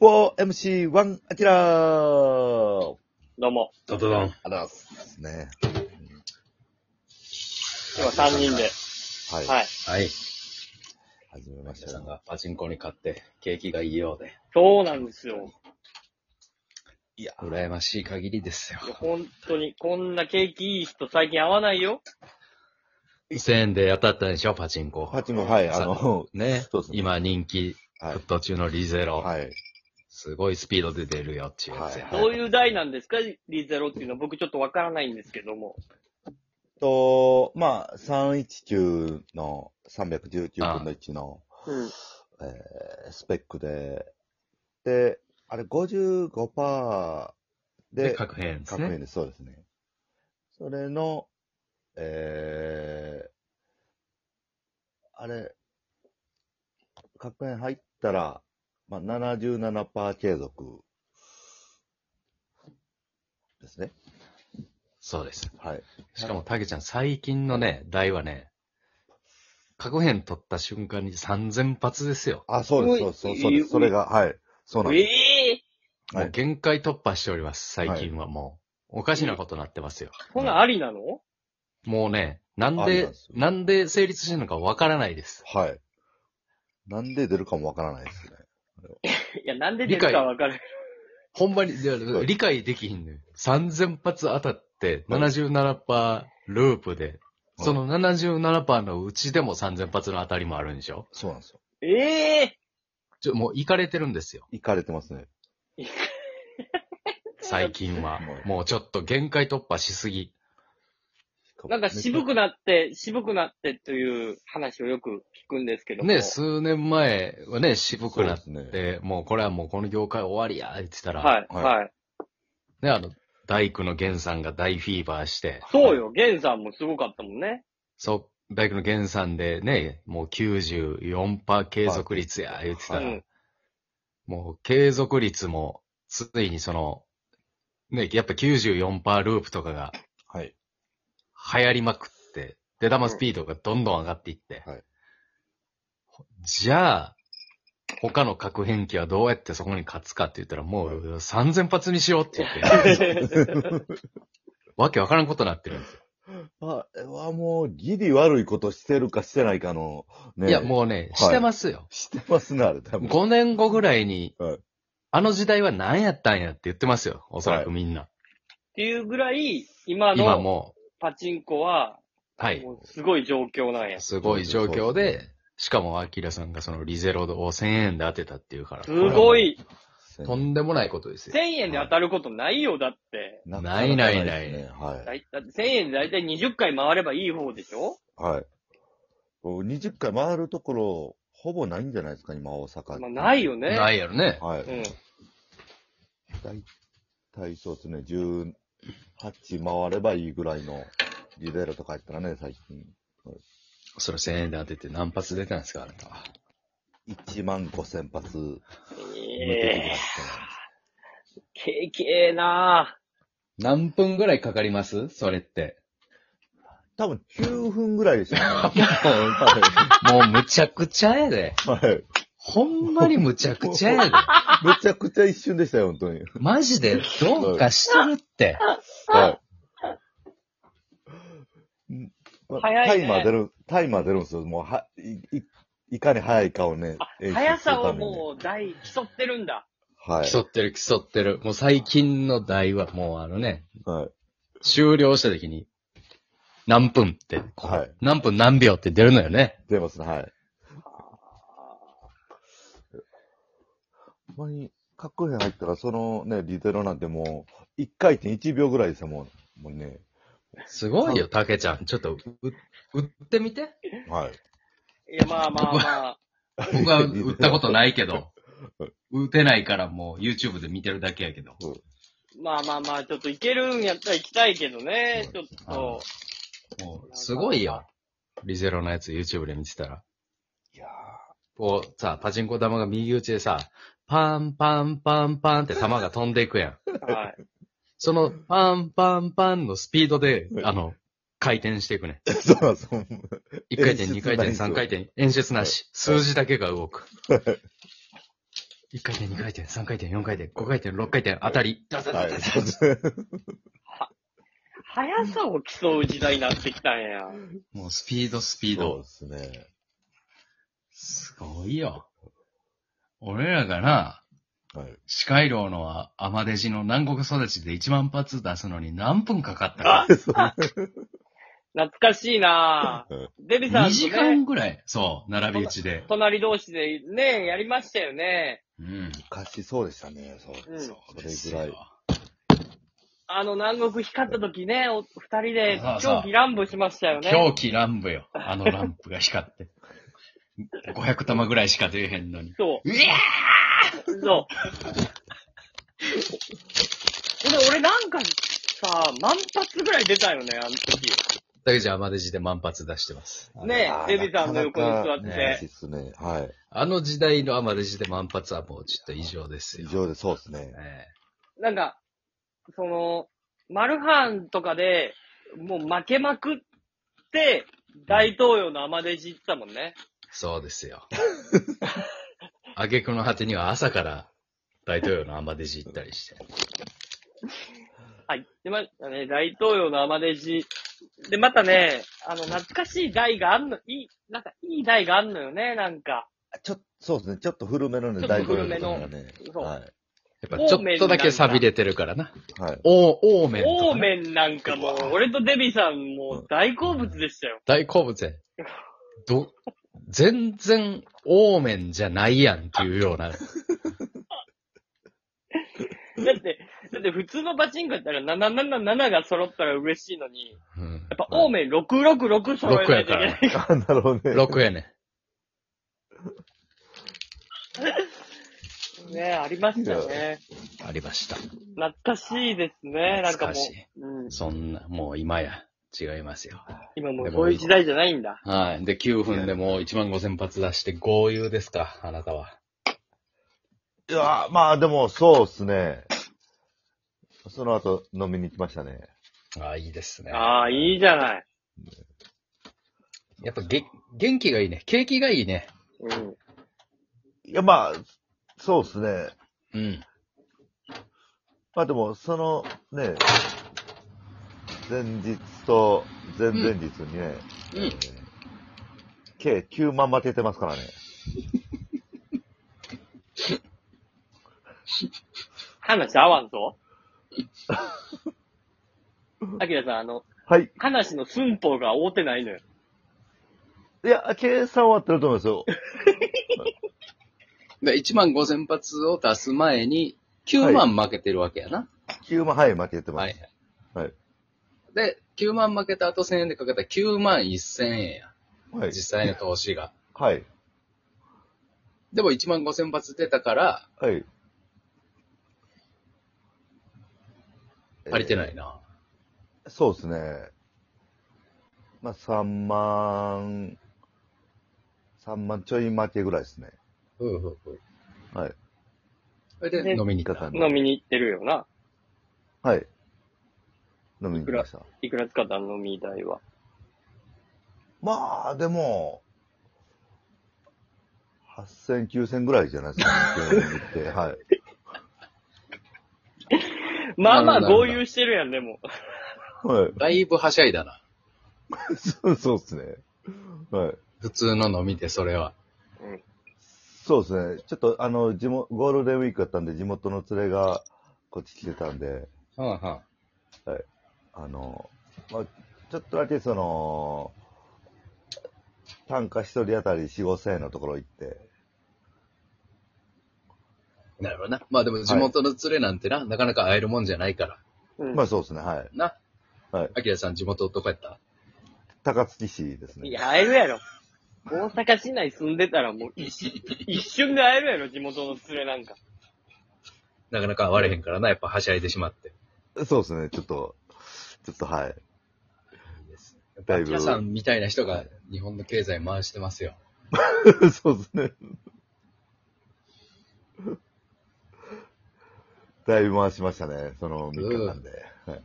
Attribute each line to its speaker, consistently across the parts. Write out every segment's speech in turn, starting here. Speaker 1: 4MC1 アキラーあり
Speaker 2: どうも。
Speaker 3: ダダダ
Speaker 1: が
Speaker 3: ン。
Speaker 1: とうございます。ね。
Speaker 2: 今3人で。
Speaker 1: はい。
Speaker 2: はい。
Speaker 3: はい。
Speaker 1: 始めました
Speaker 3: 皆さん
Speaker 1: ね。
Speaker 3: がパチンコに買って、景気がいいようで、
Speaker 2: そうなんですよ。
Speaker 1: いや、
Speaker 3: 羨ましい限りですよ
Speaker 2: い。や本当に、こんな景気いい人最近会わないよ。
Speaker 3: 1000円で当たったでしょ、パチンコ。
Speaker 1: パチンコ、はい、あの、
Speaker 3: ね。
Speaker 1: そうですね
Speaker 3: 今人気、
Speaker 1: はい
Speaker 3: 沸。騰中のリゼロ、
Speaker 1: はい。
Speaker 3: すごいスピードで出るよっていうやつや、
Speaker 1: はい
Speaker 2: どういう台なんですかリゼロっていうのは僕ちょっとわからないんですけども。
Speaker 1: と、まあ、319の319分の1の、
Speaker 2: うん。
Speaker 1: えー、スペックで、で、あれ55%
Speaker 3: で、
Speaker 1: で、
Speaker 3: 各編です
Speaker 1: 各
Speaker 3: ね
Speaker 1: 園。です、そうですね。それの、えー、あれ、各園入ったら、まあ、77%継続ですね。
Speaker 3: そうです。
Speaker 1: はい。
Speaker 3: しかも、たけちゃん、最近のね、台はね、各編取った瞬間に3000発ですよ。
Speaker 1: あ、そうです、そうです、そうですそうです。それが、はい。そうなん
Speaker 2: え
Speaker 1: です。
Speaker 2: え
Speaker 1: はい
Speaker 3: もう限界突破しております、最近はもう。おかしなことになってますよ。
Speaker 2: ー、こんなんありなの
Speaker 3: もうね、なん
Speaker 1: ありなん
Speaker 3: で
Speaker 1: です、よ
Speaker 3: なんで成立してるのかわからないです。
Speaker 1: はい。なんで出るかもわからないですね。
Speaker 2: いや、なんで出るかわからない。
Speaker 3: ほんまに、いや
Speaker 1: ごい
Speaker 3: 理解できひんのよ。3000発当たって、
Speaker 1: はい
Speaker 3: 77%ループで、その77%のうちでも3000発の当たりもあるんでしょ
Speaker 1: そうなんですよ。
Speaker 2: ええ
Speaker 3: ちょ、もう行かれてるんですよ、
Speaker 1: 行かれてますね。
Speaker 3: 最近は
Speaker 1: はい。
Speaker 3: もうちょっと限界突破しすぎ。
Speaker 2: なんか渋くなって、渋くなってという話をよく聞くんですけども。
Speaker 3: ね、数年前はね、渋くなっ
Speaker 1: そうです
Speaker 3: て、もうこれはもうこの業界終わりや、言ってたら、
Speaker 2: はい、
Speaker 1: はい
Speaker 2: はい。
Speaker 3: ね、あの、大工の源さんが大フィーバーして、
Speaker 2: そうよ、ゲンさんもすごかったもん ね。
Speaker 3: そう、大工の源さんでね、もう94%継続率や、言ってたら、
Speaker 2: うん
Speaker 3: もう継続率も、ついにその、ね、やっぱ94%ループとかが
Speaker 1: はい。
Speaker 3: 流行りまくって、出玉スピードがどんどん上がっていって、
Speaker 1: はい
Speaker 3: じゃあ、他の核変機はどうやってそこに勝つかって言ったら、もう3000発にしようって 言って、わけわからんことになってるんですよ。
Speaker 1: あ、えはもう、ギリ悪いことしてるかしてないかの、ね。
Speaker 3: いや、もうね、
Speaker 1: はい
Speaker 3: してますよ。
Speaker 1: してますね、あれ、多分。
Speaker 3: 5年後ぐらいに、
Speaker 1: はい
Speaker 3: あの時代は何やったんやって言ってますよ。おそらくみんな。
Speaker 2: っていうぐらい、今
Speaker 3: 今
Speaker 2: の
Speaker 3: も
Speaker 2: パチンコは、
Speaker 3: う、はい。
Speaker 2: もうすごい状況なんや。す
Speaker 3: すごい状況
Speaker 1: そう
Speaker 3: で
Speaker 1: ですね、
Speaker 3: しかもアキラさんがそのリゼロを1000円で当てたっていうから。
Speaker 2: ごい。
Speaker 3: とんでもないことです
Speaker 2: 1000
Speaker 3: よ。
Speaker 2: 円で当たることないよ、だって。
Speaker 1: な
Speaker 3: ないないな
Speaker 1: で
Speaker 3: い
Speaker 1: すね
Speaker 2: だ
Speaker 1: はい
Speaker 2: だって1000円でだいたい20回回ればいい方でしょ
Speaker 1: い。はい。もう20回回るところ、ほぼないんじゃないですか、今、大阪。
Speaker 2: まあ、ない。よね。
Speaker 3: ないやろね。
Speaker 1: はい。
Speaker 2: うん。
Speaker 1: 大体そうですね、18回ればいいぐらいの、リベロとかやったらね、最近。
Speaker 3: それ1000円で当てて何発出たんですか、あなたは。
Speaker 1: 1万5千発、向けてきま
Speaker 2: ええ
Speaker 1: したね
Speaker 2: 経験ええな
Speaker 3: 何分ぐらいかかりますそれって。
Speaker 1: 多分9分ぐらいで したね。
Speaker 3: もうむちゃくちゃやで。
Speaker 1: はい。
Speaker 3: ほんまにむちゃくちゃ やで。
Speaker 1: めちゃくちゃ一瞬でしたよ、本当に。
Speaker 3: マジでどうかしてるって。
Speaker 1: はい。んまあ
Speaker 2: 早い
Speaker 1: タ
Speaker 2: ね
Speaker 1: イマー出る、タイマー出るんですよ。もうは、い、いいかに早いかをね、
Speaker 2: ぁ。速さをもう、台競ってるんだ。
Speaker 1: う、はい。
Speaker 3: 競ってる競ってる。もう最近の台はもうあのね、
Speaker 1: はい。
Speaker 3: 終了した時に、何分って、こう
Speaker 1: はい
Speaker 3: 何分何秒って出るのよね。
Speaker 1: 出ますね、はい。ほんまに、各編入ったら、そのね、リゼロなんてもう、1回転1秒ぐらいですよ、もう。もうね。
Speaker 3: すごいよ、たけちゃん。ちょっと、う、打ってみて。
Speaker 1: はい。
Speaker 2: いや、まあまあまあ。
Speaker 3: 僕は打ったことないけど、打てないからもう YouTube で見てるだけやけど。
Speaker 2: まあまあまあ、ちょっと行けるんやったら行きたいけどね。ちょっと。
Speaker 3: もう、すごいよ。リゼロのやつ YouTube で見てたら。
Speaker 1: いや
Speaker 3: こう、さ、パチンコ玉が右打ちでさ、パンパンパンパンって玉が飛んでいくやん。
Speaker 2: はい。
Speaker 3: そのパンパンパンのスピードで、あの、回転していくね。
Speaker 1: ー そうなんですよ。
Speaker 3: 1回転、
Speaker 1: 演出
Speaker 3: 2回
Speaker 1: な
Speaker 3: 転、
Speaker 1: いんですよ
Speaker 3: 3回転、演出なし、数字だけが動く。 1回転、2回転、3回転、4回転、5回転、6回転、当たり。ダダダ
Speaker 1: は
Speaker 3: ダ
Speaker 1: い
Speaker 3: ダ。
Speaker 2: 速さを競う時代になってきたんや。
Speaker 3: もうスピード、スピー
Speaker 1: そう
Speaker 3: ド。
Speaker 1: ですね。
Speaker 3: すごいよ。俺らがな、
Speaker 1: はい。
Speaker 3: 司会料のアマデジの南国育ちで1万発出すのに何分かかった
Speaker 2: あ
Speaker 3: か。
Speaker 2: 懐かしいなぁ。デビさ
Speaker 3: 2
Speaker 2: ん
Speaker 3: 時
Speaker 2: とね、
Speaker 3: 間ぐらい。そう、並び打ちで。
Speaker 2: 隣同士でね、やりましたよね。
Speaker 3: うん。
Speaker 1: 昔そうでしたね。そう。
Speaker 2: うん
Speaker 3: そうです
Speaker 1: それぐ
Speaker 3: よ
Speaker 1: ら。
Speaker 2: あの、南国光った時ね、お二人で
Speaker 3: そうそう
Speaker 2: 狂気乱舞しましたよね。
Speaker 3: 狂気乱舞よ。あのランプが光って。500玉ぐらいしか出えへんのに。
Speaker 2: そう
Speaker 3: え
Speaker 2: う。 そう。で、俺なんかさ、万発ぐらい出たよね、あの時。
Speaker 3: だけじゃアマデジで万発出してます。
Speaker 2: ね
Speaker 1: あー
Speaker 2: デビさんの横に座って
Speaker 1: なかなかねですね。はい。
Speaker 3: あの時代のアマデジで万発はもうちょっと異常です
Speaker 1: 以
Speaker 3: よ。
Speaker 1: 上でそうですね。
Speaker 3: え
Speaker 2: なんか、その、マルハンとかで、もう負けまくって、大東洋のアマデジ行ったもんね。
Speaker 3: えそうですよ。挙句の果てには朝から大統領のアマデジ行ったりして。
Speaker 2: はい、行ってましたね。大東洋のアマデジ。で、またね、あの、懐かしい台があんの、いい、なんか、いい台があんのよね、なんか。
Speaker 1: ちょっと、そうですね。ちょっと古めのね、
Speaker 2: ちょっ
Speaker 1: 大
Speaker 2: と
Speaker 1: 統領
Speaker 2: 古めの
Speaker 1: がね。
Speaker 2: そう
Speaker 1: はい。
Speaker 3: やっぱちょっとだけ錆びれてるからな。
Speaker 1: はい。
Speaker 3: おオーメンとかな
Speaker 2: オーメンなんか もう、俺とデビさんもう大好物でしたよ。
Speaker 3: 大好物やねど、全然、オーメンじゃないやんっていうような。
Speaker 2: だって、だって普通のパチンコやったら777が揃ったら嬉しいのに、
Speaker 3: うん
Speaker 2: やっぱオーメン666揃えないといけない。
Speaker 1: あ、なるほどね。
Speaker 3: 6やね。
Speaker 2: ね、ありましたね。
Speaker 3: ありました。
Speaker 2: 懐かしいですね、なんか
Speaker 3: 懐
Speaker 2: も
Speaker 3: かしい。
Speaker 2: う。うん、
Speaker 3: そんな、もう今や、違いますよ。
Speaker 2: 今もうそういう時代じゃないんだ。
Speaker 3: はい。で、9分でもう1万5千発出して、豪遊ですか、あなたは。
Speaker 1: いや、まあでも、そうですね。その後、飲みに行きましたね。
Speaker 3: ああ、いいですね。
Speaker 2: ああ、いいじゃない。
Speaker 3: やっぱげ、元気がいいね。景気がいいね。
Speaker 2: うん。
Speaker 1: いや、まあ、そうですね。
Speaker 3: うん。
Speaker 1: まあでも、その、ね、前日と前々日にね、
Speaker 3: うん
Speaker 1: えー計9万負けてますからね。
Speaker 2: 話合わん ぞ。あきらさん、あの、
Speaker 1: はい。
Speaker 2: 話の寸法が合うてないのよ。
Speaker 1: いや、計算は合ってると思いますよ。
Speaker 3: で、1万5千発を出す前に、9万負けてるわけやな。
Speaker 1: 9万、はい、負けてます。
Speaker 3: は
Speaker 1: は
Speaker 3: い。
Speaker 1: い。
Speaker 3: で、9万負けた後1000円でかけたら9万1000円や。
Speaker 1: はい。
Speaker 3: 実際の投資が。
Speaker 1: はい。
Speaker 3: でも1万5千発出たから、
Speaker 1: はい。
Speaker 3: 足りてないな。
Speaker 1: そうですね。まあ、3万、3万ちょい負けぐらいですね。
Speaker 3: うんうんうん。
Speaker 1: はい。
Speaker 3: それで
Speaker 2: で
Speaker 3: 飲みに行っ
Speaker 1: 方
Speaker 3: た。
Speaker 1: に
Speaker 2: 飲みに行ってるよな。
Speaker 1: はい。飲みに行きました。
Speaker 2: いくら使った飲み代は。
Speaker 1: まあ、でも、8000、9000ぐらいじゃないですか、 ね。病院行ってはい。
Speaker 2: まあまあ
Speaker 3: なるほ
Speaker 2: 合
Speaker 3: ど
Speaker 2: 流してるやん、でも。
Speaker 1: はい
Speaker 3: だいぶはしゃいだな。
Speaker 1: そう。そうですね。はい。
Speaker 3: 普通の飲みで、それは。
Speaker 1: そうですね。ちょっと、あの、地元、ゴールデンウィークだったんで、地元の連れがこっち来てたんで、
Speaker 3: うんうん。
Speaker 1: あの、まあ、ちょっとだけその、単価一人当たり4、5千円のところ行って、
Speaker 3: なるほどな。まあでも地元の連れなんてな、なかなか会えるもんじゃないから。
Speaker 2: うん
Speaker 1: まあそうですね、はい。
Speaker 3: な。
Speaker 1: はい。
Speaker 3: アキラさん地元どこやった
Speaker 1: 高槻市ですね。
Speaker 2: いや、会えるやろ。大阪市内住んでたらもう一瞬一瞬で会えるやろ、地元の連れなんか。
Speaker 3: なかなか会われへんからな、やっぱはしゃいでしまって。
Speaker 1: そうですね、ちょっと、ちょっとはい。
Speaker 3: いいです。
Speaker 1: だい
Speaker 3: アキ
Speaker 1: ぶ
Speaker 3: ラ。さんみたいな人が日本の経済回してますよ。
Speaker 1: そうですね。だいぶ回しましたね、その3日間で。はい、
Speaker 3: やっ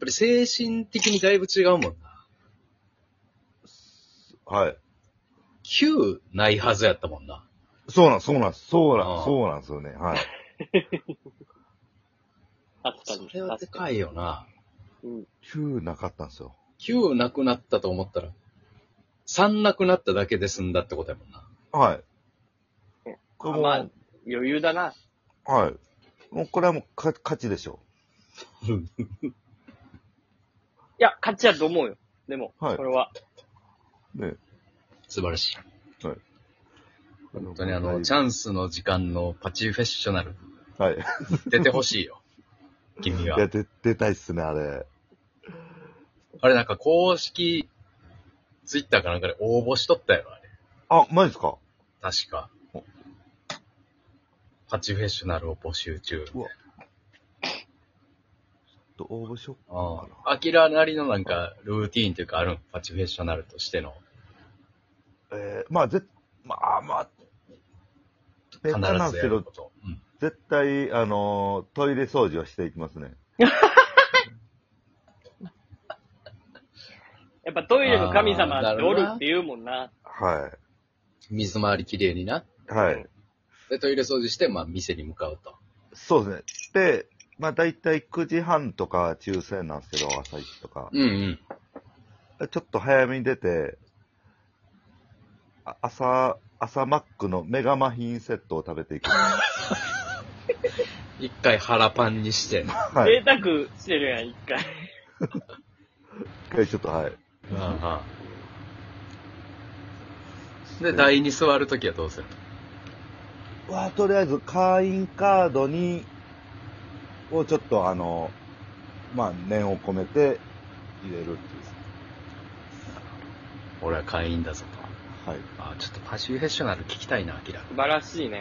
Speaker 3: ぱり精神的にだいぶ違うもんな。
Speaker 1: はい。
Speaker 3: 9ないはずやったもんな。
Speaker 1: そうなん、そうなん、そう
Speaker 3: あ
Speaker 1: なん、
Speaker 3: あ
Speaker 1: そうなんですよね。はい。
Speaker 2: 確か
Speaker 3: そ
Speaker 2: に。
Speaker 3: れはで
Speaker 2: 確か
Speaker 3: かいよな。
Speaker 2: に。うん。
Speaker 1: 9なかったんですよ。
Speaker 3: 9なくなったと思ったら、3なくなっただけで済んだってことやもんな。
Speaker 1: はい。
Speaker 2: え
Speaker 1: これ
Speaker 2: あ
Speaker 1: も
Speaker 2: まあ、余裕だな。
Speaker 1: はい。もうこれはもうか勝ちでしょ。
Speaker 2: いや、勝ちやと思うよ。でも、
Speaker 1: はい
Speaker 2: これは。
Speaker 1: ね。
Speaker 3: 素晴らしい。
Speaker 1: 本
Speaker 3: 本当にあの、チャンスの時間のパチフェッショナル、
Speaker 1: はい。
Speaker 3: 出てほしいよ。君
Speaker 1: いや、
Speaker 3: は。
Speaker 1: 出、出たいっすね、あれ。
Speaker 3: あれなんか公式、ツイッターかなんかで応募しとったよ、あれ。
Speaker 1: あ、マジですか
Speaker 3: 確か。パチフェッショナルを募集中。
Speaker 1: ちょっと応募しよう
Speaker 3: あ
Speaker 1: かな。
Speaker 3: あ。アキラなりのなんか、ルーティーンというかあるんパチフェッショナルとしての。
Speaker 1: えー、まあ、ぜ、まあ、まあ、ベ
Speaker 3: 必
Speaker 1: タなんで
Speaker 3: ず
Speaker 1: す
Speaker 3: や
Speaker 1: け
Speaker 3: る
Speaker 1: ど
Speaker 3: こ、と。うん。
Speaker 1: 絶対、あの、トイレ掃除をしていきますね。
Speaker 2: やっぱトイレの神様っておるって言うもんな。
Speaker 1: は
Speaker 3: 水回りきれいにな。
Speaker 1: い。はい。
Speaker 3: で、トイレ掃除して、まあ、店に向かうと。
Speaker 1: そうですね。で、まあ、だいたい9時半とか抽選なんですけど、朝一とか。
Speaker 3: うんうん。
Speaker 1: ちょっと早めに出て、あ朝、朝マックのメガマヒンセットを食べていく。
Speaker 3: 一回腹パンにして。
Speaker 1: はい。
Speaker 2: 贅沢してるやん、一回。
Speaker 1: 一回ちょっと、はい。
Speaker 3: で、台に座るときはどうする
Speaker 1: は、とりあえず会員カードに、をちょっとあの、まあ、念を込めて入れるっていう。
Speaker 3: 俺は会員だぞ
Speaker 1: はい。
Speaker 3: と。あ、ちょっとパシフェッショナル聞きたいな、アキラ。
Speaker 2: 素晴らしいね。